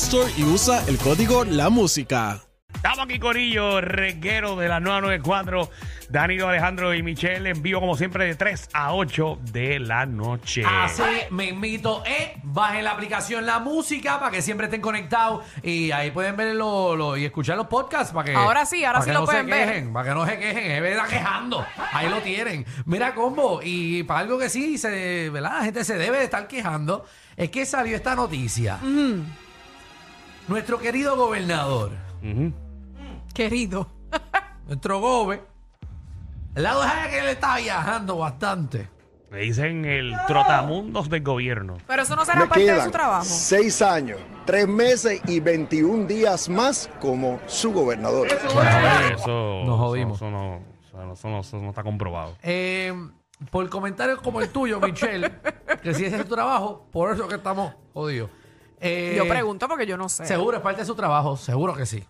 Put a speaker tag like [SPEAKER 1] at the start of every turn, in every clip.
[SPEAKER 1] Store y usa el código La Música.
[SPEAKER 2] Estamos aquí Corillo, reguero de la 994, Danilo Alejandro y Michelle en vivo como siempre de 3 a 8 de la
[SPEAKER 3] Eh,
[SPEAKER 2] noche.
[SPEAKER 4] Así me invito, eh. Bajen la aplicación La Música para que siempre estén conectados y ahí pueden ver lo- lo- y escuchar los podcasts para que.
[SPEAKER 3] Ahora sí, ahora
[SPEAKER 4] para
[SPEAKER 3] sí
[SPEAKER 4] que
[SPEAKER 3] lo
[SPEAKER 4] no
[SPEAKER 3] pueden
[SPEAKER 4] se
[SPEAKER 3] ver.
[SPEAKER 4] quejen, Para que no se quejen, eh, venga quejando. Ahí lo tienen. Mira, combo, y para algo que sí, se, ¿verdad? La gente se debe de estar quejando. Es que salió esta noticia. Nuestro querido gobernador,
[SPEAKER 3] Querido.
[SPEAKER 4] nuestro gobe, la verdad es que él está viajando bastante.
[SPEAKER 2] Le dicen el trotamundos del gobierno.
[SPEAKER 3] Pero eso no será
[SPEAKER 5] Me
[SPEAKER 3] parte de
[SPEAKER 5] quedan
[SPEAKER 3] su trabajo.
[SPEAKER 5] seis años, tres meses y 21 días más como su gobernador.
[SPEAKER 2] Eso,
[SPEAKER 4] Nos jodimos.
[SPEAKER 2] Eso, eso no, eso no- eso no- eso no está comprobado.
[SPEAKER 4] Eh, por comentarios como el tuyo, Michelle, que si ese es tu trabajo, por eso que estamos jodidos. Eh,
[SPEAKER 3] Yo pregunto porque yo no sé.
[SPEAKER 4] Seguro, es parte de su trabajo, seguro que sí.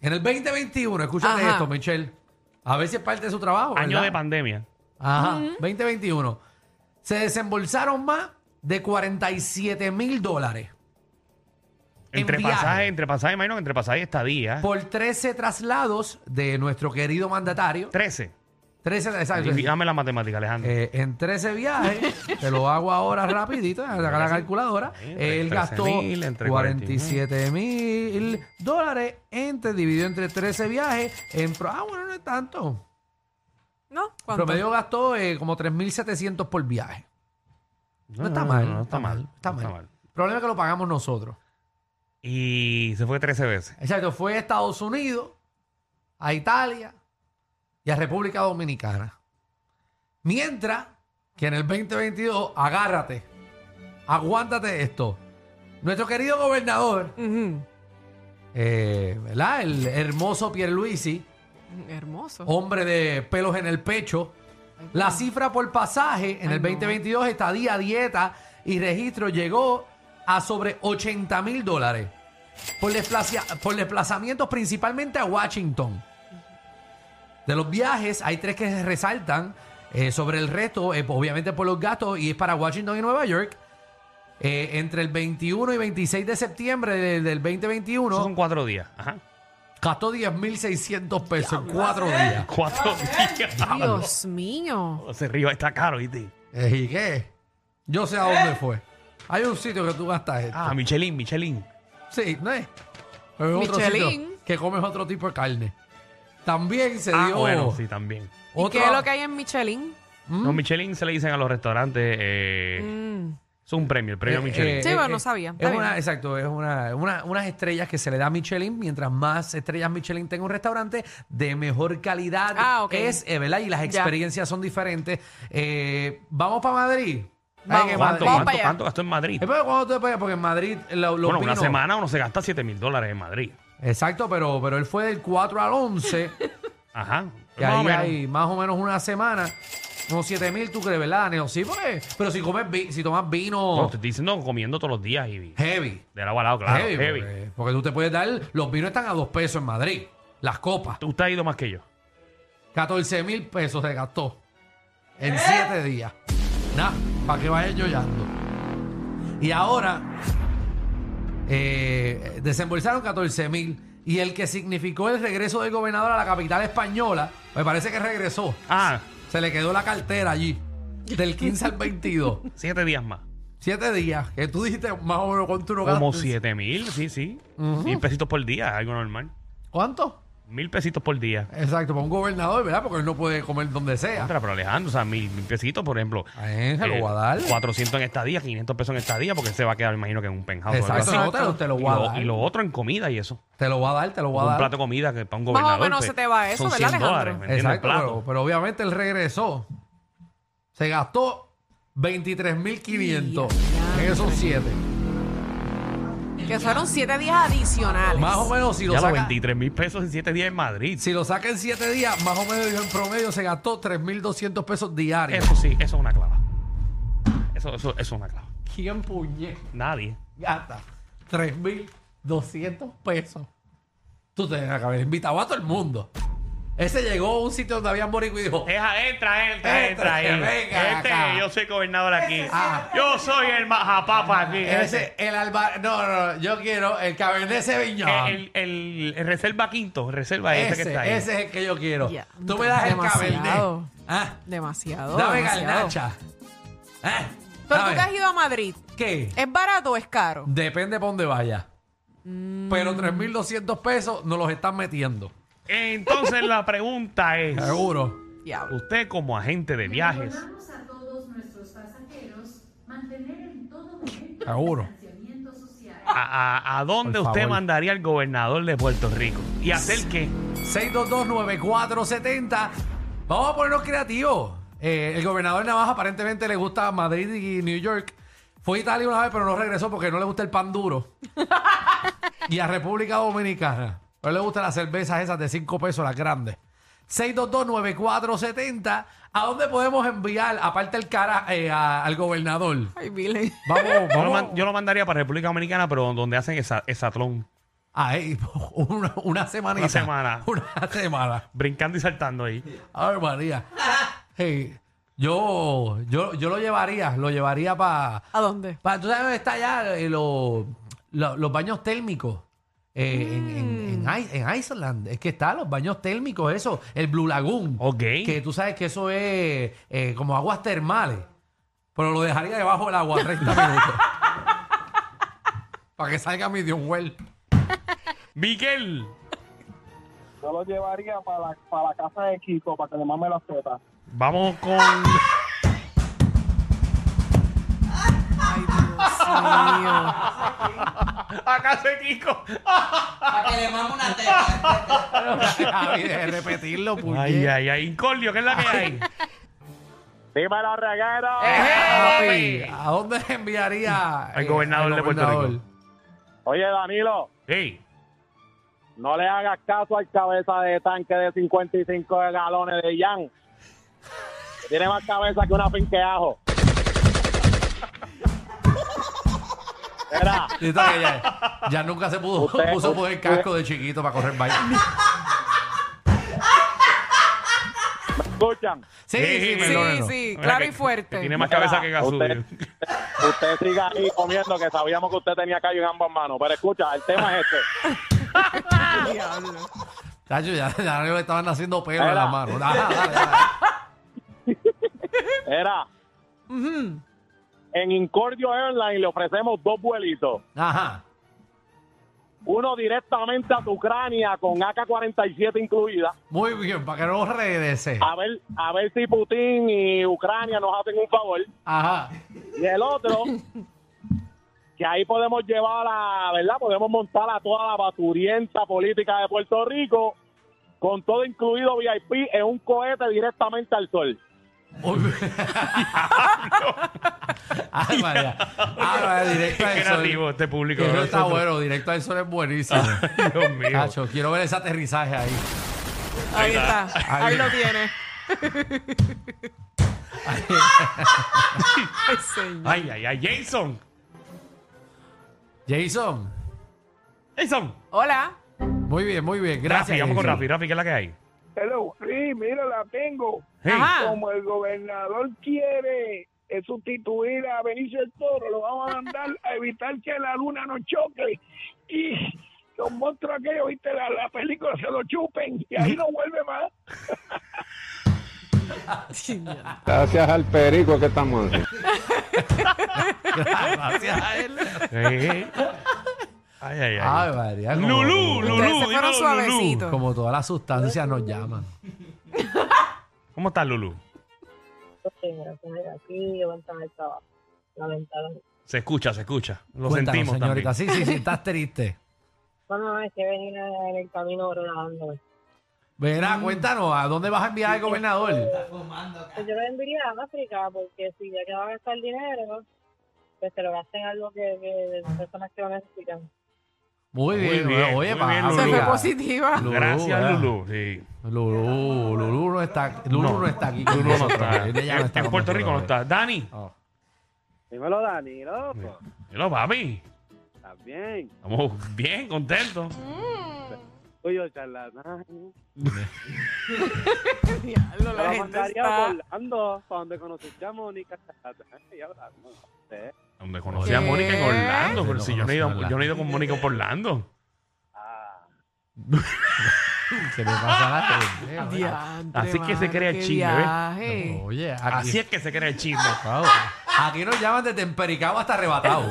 [SPEAKER 4] En el 2021, escúchate
[SPEAKER 3] Ajá.
[SPEAKER 4] esto, Michelle. A ver si es parte de su trabajo.
[SPEAKER 2] Año
[SPEAKER 4] ¿verdad?
[SPEAKER 2] de pandemia.
[SPEAKER 4] Ajá, 2021. Se desembolsaron más de 47 mil dólares En
[SPEAKER 2] Entre
[SPEAKER 4] viaje.
[SPEAKER 2] pasajes, entre pasajes, imagino que entre pasajes y estadía.
[SPEAKER 4] por 13 traslados de nuestro querido mandatario.
[SPEAKER 2] 13.
[SPEAKER 4] 13, exacto.
[SPEAKER 2] Dame la matemática, Alejandro.
[SPEAKER 4] Eh, en 13 viajes, te lo hago ahora rapidito, a la calculadora,
[SPEAKER 2] Sí, entre
[SPEAKER 4] él
[SPEAKER 2] 13.000,
[SPEAKER 4] gastó
[SPEAKER 2] entre
[SPEAKER 4] 47 mil dólares entre, dividido entre 13 viajes. En, pro- ah, bueno, no es tanto.
[SPEAKER 3] ¿No? ¿Cuánto?
[SPEAKER 4] Promedio gastó eh, como 3.700 por viaje. No, está mal.
[SPEAKER 2] No, está mal.
[SPEAKER 4] Está
[SPEAKER 2] no
[SPEAKER 4] mal. El problema es que lo pagamos nosotros.
[SPEAKER 2] Y se fue 13 veces.
[SPEAKER 4] Exacto, fue a Estados Unidos, a Italia y a República Dominicana. Mientras que en el 2022, agárrate, aguántate esto. Nuestro querido gobernador,
[SPEAKER 3] Ujú.
[SPEAKER 4] eh, ¿verdad? El hermoso Pierluisi,
[SPEAKER 3] Hermoso.
[SPEAKER 4] hombre de pelos en el pecho. La cifra por pasaje en
[SPEAKER 3] Ay,
[SPEAKER 4] el
[SPEAKER 3] no.
[SPEAKER 4] 2022, estadía, dieta y registro llegó a sobre 80 mil dólares por, desplacia- por desplazamientos principalmente a Washington. De los viajes hay tres que se resaltan eh, sobre el resto, eh, obviamente por los gastos, y es para Washington y Nueva York. Eh, entre el 21 y 26 de septiembre de- del
[SPEAKER 2] Esos
[SPEAKER 4] 2021,
[SPEAKER 2] son cuatro días. Ajá.
[SPEAKER 4] gastó 10.600 pesos en
[SPEAKER 3] Eh,
[SPEAKER 4] cuatro días.
[SPEAKER 2] Cuatro días.
[SPEAKER 4] ah,
[SPEAKER 3] Dios mío.
[SPEAKER 2] Ese río está caro, ¿viste?
[SPEAKER 4] Eh, ¿Y qué? Yo sé a dónde fue. Hay un sitio que tú gastas esto.
[SPEAKER 2] ¿Eh? Ah, Michelin, Michelin.
[SPEAKER 4] sí, ¿no es? Hay otro
[SPEAKER 3] Michelin.
[SPEAKER 4] sitio que comes otro tipo de carne. También se
[SPEAKER 2] Ah,
[SPEAKER 4] dio
[SPEAKER 2] bueno, sí, también.
[SPEAKER 3] ¿Y
[SPEAKER 4] otra-
[SPEAKER 3] qué es lo que hay en Michelin?
[SPEAKER 4] ¿Mm?
[SPEAKER 2] No, Michelin se le dicen a los restaurantes. eh,
[SPEAKER 3] Mm.
[SPEAKER 2] Es un premio, el premio
[SPEAKER 4] Eh,
[SPEAKER 2] Michelin.
[SPEAKER 4] eh,
[SPEAKER 3] Sí, pero
[SPEAKER 4] eh,
[SPEAKER 3] no sabía.
[SPEAKER 4] Es
[SPEAKER 3] Está
[SPEAKER 4] una,
[SPEAKER 3] bien.
[SPEAKER 4] exacto, es una, una- unas estrellas que se le da a Michelin. Mientras más estrellas Michelin tenga un restaurante, de mejor calidad
[SPEAKER 3] Ah, ok.
[SPEAKER 4] es, eh, ¿verdad? Y las experiencias son diferentes. Eh, Vamos para Madrid. Ay,
[SPEAKER 3] Vamos,
[SPEAKER 2] ¿Cuánto,
[SPEAKER 4] que Madrid-
[SPEAKER 3] vamos
[SPEAKER 2] cuánto,
[SPEAKER 3] para allá.
[SPEAKER 2] cuánto gastó en Madrid?
[SPEAKER 4] Eh, pero ¿Cuándo te vayas? Porque en Madrid lo- los
[SPEAKER 2] bueno, una
[SPEAKER 4] vinos-
[SPEAKER 2] semana uno se gasta 7 mil dólares en Madrid.
[SPEAKER 4] Exacto, pero, pero él fue del 4 al 11,
[SPEAKER 2] Ajá.
[SPEAKER 4] que
[SPEAKER 2] Más o
[SPEAKER 4] ahí
[SPEAKER 2] menos.
[SPEAKER 4] hay más o menos una semana. Unos 7 mil, ¿tú crees, verdad, Neo? Sí, porque, pero si comes vi- si tomas
[SPEAKER 2] No,
[SPEAKER 4] vino
[SPEAKER 2] te estoy diciendo comiendo todos los días y
[SPEAKER 4] heavy,
[SPEAKER 2] de lado a lado, claro.
[SPEAKER 4] heavy,
[SPEAKER 2] heavy.
[SPEAKER 4] Porque, porque tú te puedes dar, los vinos están a 2 pesos en Madrid, las copas,
[SPEAKER 2] Tú usted has ido más que yo.
[SPEAKER 4] 14 mil pesos se gastó en 7 días. Nada, para que vayas llorando. Y ahora, eh, desembolsaron 14 mil. Y el que significó el regreso del gobernador a la capital española, me parece que regresó.
[SPEAKER 2] Ah,
[SPEAKER 4] Se le quedó la cartera allí. Del 15 al 22.
[SPEAKER 2] 7 días más.
[SPEAKER 4] Siete días, que tú dijiste más o menos cuánto uno
[SPEAKER 2] Como
[SPEAKER 4] gasta.
[SPEAKER 2] 7 mil, sí, sí. Mil pesitos por día, algo normal.
[SPEAKER 4] ¿Cuánto?
[SPEAKER 2] Mil pesitos por día.
[SPEAKER 4] Exacto, para un gobernador, ¿verdad? Porque él no puede comer donde sea.
[SPEAKER 2] Contra, pero Alejandro, o sea, mil, mil pesitos, por ejemplo.
[SPEAKER 4] Ay, se lo
[SPEAKER 2] eh,
[SPEAKER 4] voy a dar.
[SPEAKER 2] 400 en estadía, 500 pesos en estadía, porque él se va a quedar, imagino que en un penthouse. o algo
[SPEAKER 4] Exacto,
[SPEAKER 2] así.
[SPEAKER 4] no, te lo- te lo
[SPEAKER 2] y,
[SPEAKER 4] voy a
[SPEAKER 2] lo,
[SPEAKER 4] dar.
[SPEAKER 2] y lo otro en comida y eso.
[SPEAKER 4] Te lo voy a dar, te lo voy a
[SPEAKER 2] un
[SPEAKER 4] dar.
[SPEAKER 2] plato de comida que para un
[SPEAKER 3] o
[SPEAKER 2] gobernador.
[SPEAKER 3] menos
[SPEAKER 2] pues,
[SPEAKER 3] se te va eso,
[SPEAKER 2] son 100
[SPEAKER 3] ¿verdad, Alejandro?
[SPEAKER 2] dólares, ¿me entiendes? El
[SPEAKER 4] Exacto,
[SPEAKER 2] plato.
[SPEAKER 4] pero, pero obviamente él regresó. Se gastó 23.500
[SPEAKER 3] Ya,
[SPEAKER 4] en esos siete.
[SPEAKER 3] Que fueron siete días adicionales.
[SPEAKER 4] Más o menos si lo
[SPEAKER 2] ya los
[SPEAKER 4] saca
[SPEAKER 2] 23 mil pesos en 7 días en Madrid.
[SPEAKER 4] si lo saca en siete días, más o menos en promedio se gastó 3.200 pesos diarios.
[SPEAKER 2] Eso sí, eso es una clava. Eso, eso, eso es una clava.
[SPEAKER 4] ¿Quién puñe
[SPEAKER 2] Nadie.
[SPEAKER 4] gasta 3.200 pesos? Tú te que haber invitado a todo el mundo. Ese llegó a un sitio donde había boricua y dijo,
[SPEAKER 2] Deja, entra, entra, entra ahí.
[SPEAKER 4] Entra, venga
[SPEAKER 2] este,
[SPEAKER 4] acá.
[SPEAKER 2] yo soy gobernador aquí.
[SPEAKER 4] Ah.
[SPEAKER 2] Yo soy el majapapa aquí.
[SPEAKER 4] ese, el alba... No, no, no, yo quiero el cabernet sauvignon.
[SPEAKER 2] Eh, El, el- el reserva quinto, reserva ese, que
[SPEAKER 4] Ese,
[SPEAKER 2] está ahí.
[SPEAKER 4] ese es el que yo quiero.
[SPEAKER 3] Ya.
[SPEAKER 4] Tú me das el
[SPEAKER 3] Demasiado.
[SPEAKER 4] cabernet. Ah,
[SPEAKER 3] Demasiado.
[SPEAKER 4] dame
[SPEAKER 3] demasiado.
[SPEAKER 4] garnacha. Ah,
[SPEAKER 3] Pero tú
[SPEAKER 4] dame-
[SPEAKER 3] que has ido a Madrid,
[SPEAKER 4] ¿Qué?
[SPEAKER 3] ¿es barato o es caro?
[SPEAKER 4] Depende para dónde vaya.
[SPEAKER 3] Mm.
[SPEAKER 4] Pero 3.200 pesos nos los están metiendo.
[SPEAKER 2] Entonces la pregunta es,
[SPEAKER 4] Seguro.
[SPEAKER 3] Diablo.
[SPEAKER 2] usted como agente de viajes,
[SPEAKER 6] Recordamos a todos nuestros pasajeros mantener en todo momento
[SPEAKER 4] Seguro.
[SPEAKER 6] el distanciamiento social.
[SPEAKER 2] ¿a, a- a dónde
[SPEAKER 4] Por
[SPEAKER 2] usted
[SPEAKER 4] favor.
[SPEAKER 2] mandaría al gobernador de Puerto Rico? ¿Y hacer qué?
[SPEAKER 4] 6229470. Vamos a ponernos creativos. Eh, el gobernador Navaja aparentemente le gusta Madrid y New York. Fue a Italia una vez, pero no regresó porque no le gusta el pan duro. y a República Dominicana. No le gustan las cervezas esas de 5 pesos, las grandes. 6229470. ¿A dónde podemos enviar, aparte el cara, eh, a- al gobernador?
[SPEAKER 3] Ay, Billy.
[SPEAKER 4] Vamos,
[SPEAKER 2] Yo
[SPEAKER 4] vamos.
[SPEAKER 2] lo, man- yo lo mandaría para República Dominicana, pero donde hacen esa, esatlón,
[SPEAKER 4] Ay, una, una semanita.
[SPEAKER 2] Una semana.
[SPEAKER 4] Una semana.
[SPEAKER 2] brincando y saltando ahí.
[SPEAKER 4] Ay, María. Hey, yo, yo, yo lo llevaría, lo llevaría para...
[SPEAKER 3] ¿A dónde?
[SPEAKER 4] ¿Tú sabes dónde está allá eh, lo- lo- los baños térmicos? Eh, en, en- en I- en Iceland. Es que está los baños térmicos, eso. El Blue Lagoon.
[SPEAKER 2] Ok.
[SPEAKER 4] Que tú sabes que eso es eh, como aguas termales. Pero lo dejaría debajo del agua 30 minutos. para que salga mi Dios well.
[SPEAKER 2] Miguel,
[SPEAKER 7] Yo lo llevaría para la, para la casa de Kiko para que le mame las tetas.
[SPEAKER 2] vamos con...
[SPEAKER 3] Ay, Dios mío.
[SPEAKER 2] Acá se Kiko.
[SPEAKER 8] Para que le mame una teta.
[SPEAKER 4] Ay, de repetirlo, puñet.
[SPEAKER 2] Ay, ay, ay, Incordio, ¿qué es la que hay?
[SPEAKER 7] ¡Viva reguera!
[SPEAKER 4] Papi, ¿a dónde enviaría
[SPEAKER 2] Al
[SPEAKER 4] eh,
[SPEAKER 2] gobernador de Puerto
[SPEAKER 4] gobernador?
[SPEAKER 2] Rico.
[SPEAKER 7] Oye, Danilo,
[SPEAKER 2] Ey,
[SPEAKER 7] no le hagas caso al cabeza de tanque de 55 galones de Jan. Tiene más cabeza que una finqueajo. Era,
[SPEAKER 4] Listo, que ya, ya nunca se pudo
[SPEAKER 7] Usted-
[SPEAKER 4] puso por el
[SPEAKER 7] usted-
[SPEAKER 4] casco de chiquito para correr baile.
[SPEAKER 7] escuchan,
[SPEAKER 4] Sí,
[SPEAKER 2] Sí,
[SPEAKER 4] sí,
[SPEAKER 2] sí,
[SPEAKER 4] perdónenlo.
[SPEAKER 3] sí.
[SPEAKER 2] mira
[SPEAKER 3] Claro
[SPEAKER 2] que-
[SPEAKER 3] y fuerte.
[SPEAKER 2] que Tiene más cabeza que Gasú.
[SPEAKER 7] Usted- usted siga ahí comiendo que sabíamos que usted tenía callo en ambas manos. Pero escucha, el tema es este.
[SPEAKER 4] Tacho, ya, ya le estaban haciendo pelo en la
[SPEAKER 7] Era.
[SPEAKER 4] mano. Ajá, dale, dale.
[SPEAKER 7] Era, en Incordio Airlines le ofrecemos dos vuelitos.
[SPEAKER 4] Ajá.
[SPEAKER 7] uno directamente a Ucrania con AK-47 incluida,
[SPEAKER 4] Muy bien, para que no regrese.
[SPEAKER 7] a ver, a ver si Putin y Ucrania nos hacen un favor,
[SPEAKER 4] Ajá.
[SPEAKER 7] y el otro, que ahí podemos llevar a, ¿verdad? Podemos montar a toda la baturienta política de Puerto Rico, con todo incluido VIP, en un cohete directamente al sol.
[SPEAKER 4] Muy bien. Ay, María. Ay, María, directo al
[SPEAKER 2] Qué
[SPEAKER 4] sol.
[SPEAKER 2] creativo este público.
[SPEAKER 4] Eso
[SPEAKER 2] de
[SPEAKER 4] está
[SPEAKER 2] nosotros. Ah,
[SPEAKER 4] bueno, directo al sol es buenísimo.
[SPEAKER 2] Dios mío.
[SPEAKER 4] Tacho, quiero ver ese aterrizaje ahí.
[SPEAKER 3] Ahí está.
[SPEAKER 4] Ahí.
[SPEAKER 3] Ahí lo tiene. Ay, señor.
[SPEAKER 2] Ay, ay, ay, Jason.
[SPEAKER 4] Jason.
[SPEAKER 2] Jason.
[SPEAKER 3] Hola.
[SPEAKER 4] Muy bien, muy bien. Gracias.
[SPEAKER 2] Rafi, vamos con
[SPEAKER 4] Jason.
[SPEAKER 2] Rafi. Rafi, ¿qué es la que hay?
[SPEAKER 9] Hello, sí, mira, la tengo.
[SPEAKER 2] Hey.
[SPEAKER 3] Ajá.
[SPEAKER 9] Como el gobernador quiere eh, sustituir a Benicio del Toro, lo vamos a mandar a evitar que la luna nos choque y los monstruos aquellos, viste, la, la película, se lo chupen y ahí no vuelve más.
[SPEAKER 7] Gracias al perico que estamos haciendo.
[SPEAKER 4] Gracias a él.
[SPEAKER 2] Sí. Ay, ay, ay.
[SPEAKER 4] Ay, María. como-
[SPEAKER 2] Lulú, Lulú,
[SPEAKER 3] Ustedes se
[SPEAKER 2] dímelo,
[SPEAKER 3] fueron
[SPEAKER 2] Lulú.
[SPEAKER 3] suavecitos.
[SPEAKER 4] Como todas las sustancias nos llaman.
[SPEAKER 2] ¿Cómo estás, Lulú? Se escucha, se escucha. Lo
[SPEAKER 4] Cuéntanos,
[SPEAKER 2] sentimos
[SPEAKER 4] señorita.
[SPEAKER 2] también.
[SPEAKER 4] Sí, sí, sí, estás triste.
[SPEAKER 7] Bueno, es que venía en el camino relajándome.
[SPEAKER 4] Verá,
[SPEAKER 7] Mm.
[SPEAKER 4] cuéntanos, ¿a dónde vas a enviar al gobernador?
[SPEAKER 7] Pues yo lo enviaría a África porque si ya que van a gastar dinero, pues se lo gasten en algo que, que las personas que lo necesitan.
[SPEAKER 4] Muy
[SPEAKER 2] Muy
[SPEAKER 4] bien,
[SPEAKER 2] bien,
[SPEAKER 4] oye,
[SPEAKER 2] muy
[SPEAKER 4] para
[SPEAKER 2] bien,
[SPEAKER 3] Se
[SPEAKER 2] Lulú.
[SPEAKER 3] fue
[SPEAKER 4] África.
[SPEAKER 3] positiva.
[SPEAKER 4] Lulú,
[SPEAKER 2] Gracias,
[SPEAKER 4] ¿verdad?
[SPEAKER 2] Lulú. Sí.
[SPEAKER 4] Lulú, Lulú no está, Lulú no,
[SPEAKER 2] No.
[SPEAKER 4] está aquí.
[SPEAKER 2] Lulú no está. En,
[SPEAKER 4] Ella no está
[SPEAKER 2] en
[SPEAKER 4] con
[SPEAKER 2] Puerto
[SPEAKER 4] nosotros
[SPEAKER 2] Rico no
[SPEAKER 4] hoy.
[SPEAKER 2] está. Dani.
[SPEAKER 4] Oh.
[SPEAKER 7] Dímelo, Danilo.
[SPEAKER 2] Hello, papi.
[SPEAKER 7] ¿Estás bien?
[SPEAKER 2] Estamos bien contentos. Mm.
[SPEAKER 7] Oye, charlatán.
[SPEAKER 3] Diablo, la
[SPEAKER 7] Yo
[SPEAKER 3] gente
[SPEAKER 7] mandaría
[SPEAKER 3] está-
[SPEAKER 7] a Orlando, para donde conociste a Mónica charlatán. Ella hablando.
[SPEAKER 2] Donde conocí a
[SPEAKER 3] ¿Qué?
[SPEAKER 2] Mónica en Orlando.
[SPEAKER 4] Sí,
[SPEAKER 2] Pero
[SPEAKER 4] lo
[SPEAKER 2] si yo no, he ido,
[SPEAKER 4] conocí en
[SPEAKER 2] yo no he ido con Mónica por Orlando.
[SPEAKER 4] Se le pasa la gente, oye.
[SPEAKER 3] Diantre,
[SPEAKER 2] Así que se
[SPEAKER 3] mano,
[SPEAKER 2] crea el
[SPEAKER 3] qué
[SPEAKER 2] chisme, ¿ves?
[SPEAKER 3] viaje.
[SPEAKER 4] Oye, aquí,
[SPEAKER 2] Así es que se crea el chisme.
[SPEAKER 4] Wow. Aquí nos llaman de Tempericabo hasta arrebatado.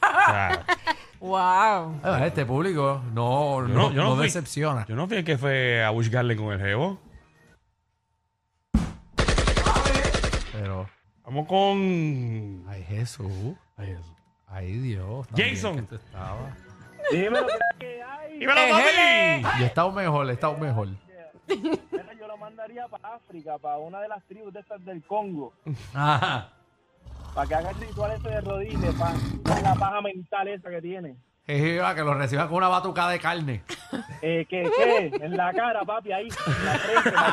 [SPEAKER 2] Claro.
[SPEAKER 3] Wow.
[SPEAKER 4] Ah, Este público no, no,
[SPEAKER 2] no- yo no
[SPEAKER 4] no
[SPEAKER 2] fui.
[SPEAKER 4] decepciona.
[SPEAKER 2] Yo no fui el que fue a buscarle con el jevo.
[SPEAKER 4] Pero,
[SPEAKER 2] Vamos con.
[SPEAKER 4] ay Jesús,
[SPEAKER 2] Ay, eso.
[SPEAKER 4] ay Dios. tan bien
[SPEAKER 2] Jason.
[SPEAKER 4] que tú estabas.
[SPEAKER 7] Dímelo, ¿qué hay?
[SPEAKER 2] ¡Dímelo,
[SPEAKER 3] Ejele.
[SPEAKER 2] papi!
[SPEAKER 4] Yo he estado mejor, he estado mejor.
[SPEAKER 7] Mira, Yo lo mandaría para África, para una de las tribus de estas del Congo,
[SPEAKER 4] Ajá.
[SPEAKER 7] para que haga el ritual ese de rodillas, para quitar la paja mental esa que tiene.
[SPEAKER 4] Jeje, va, que lo reciban con una batucada de carne.
[SPEAKER 7] Eh, ¿Qué? ¿Qué? En la cara, papi, ahí. En la frente, papi.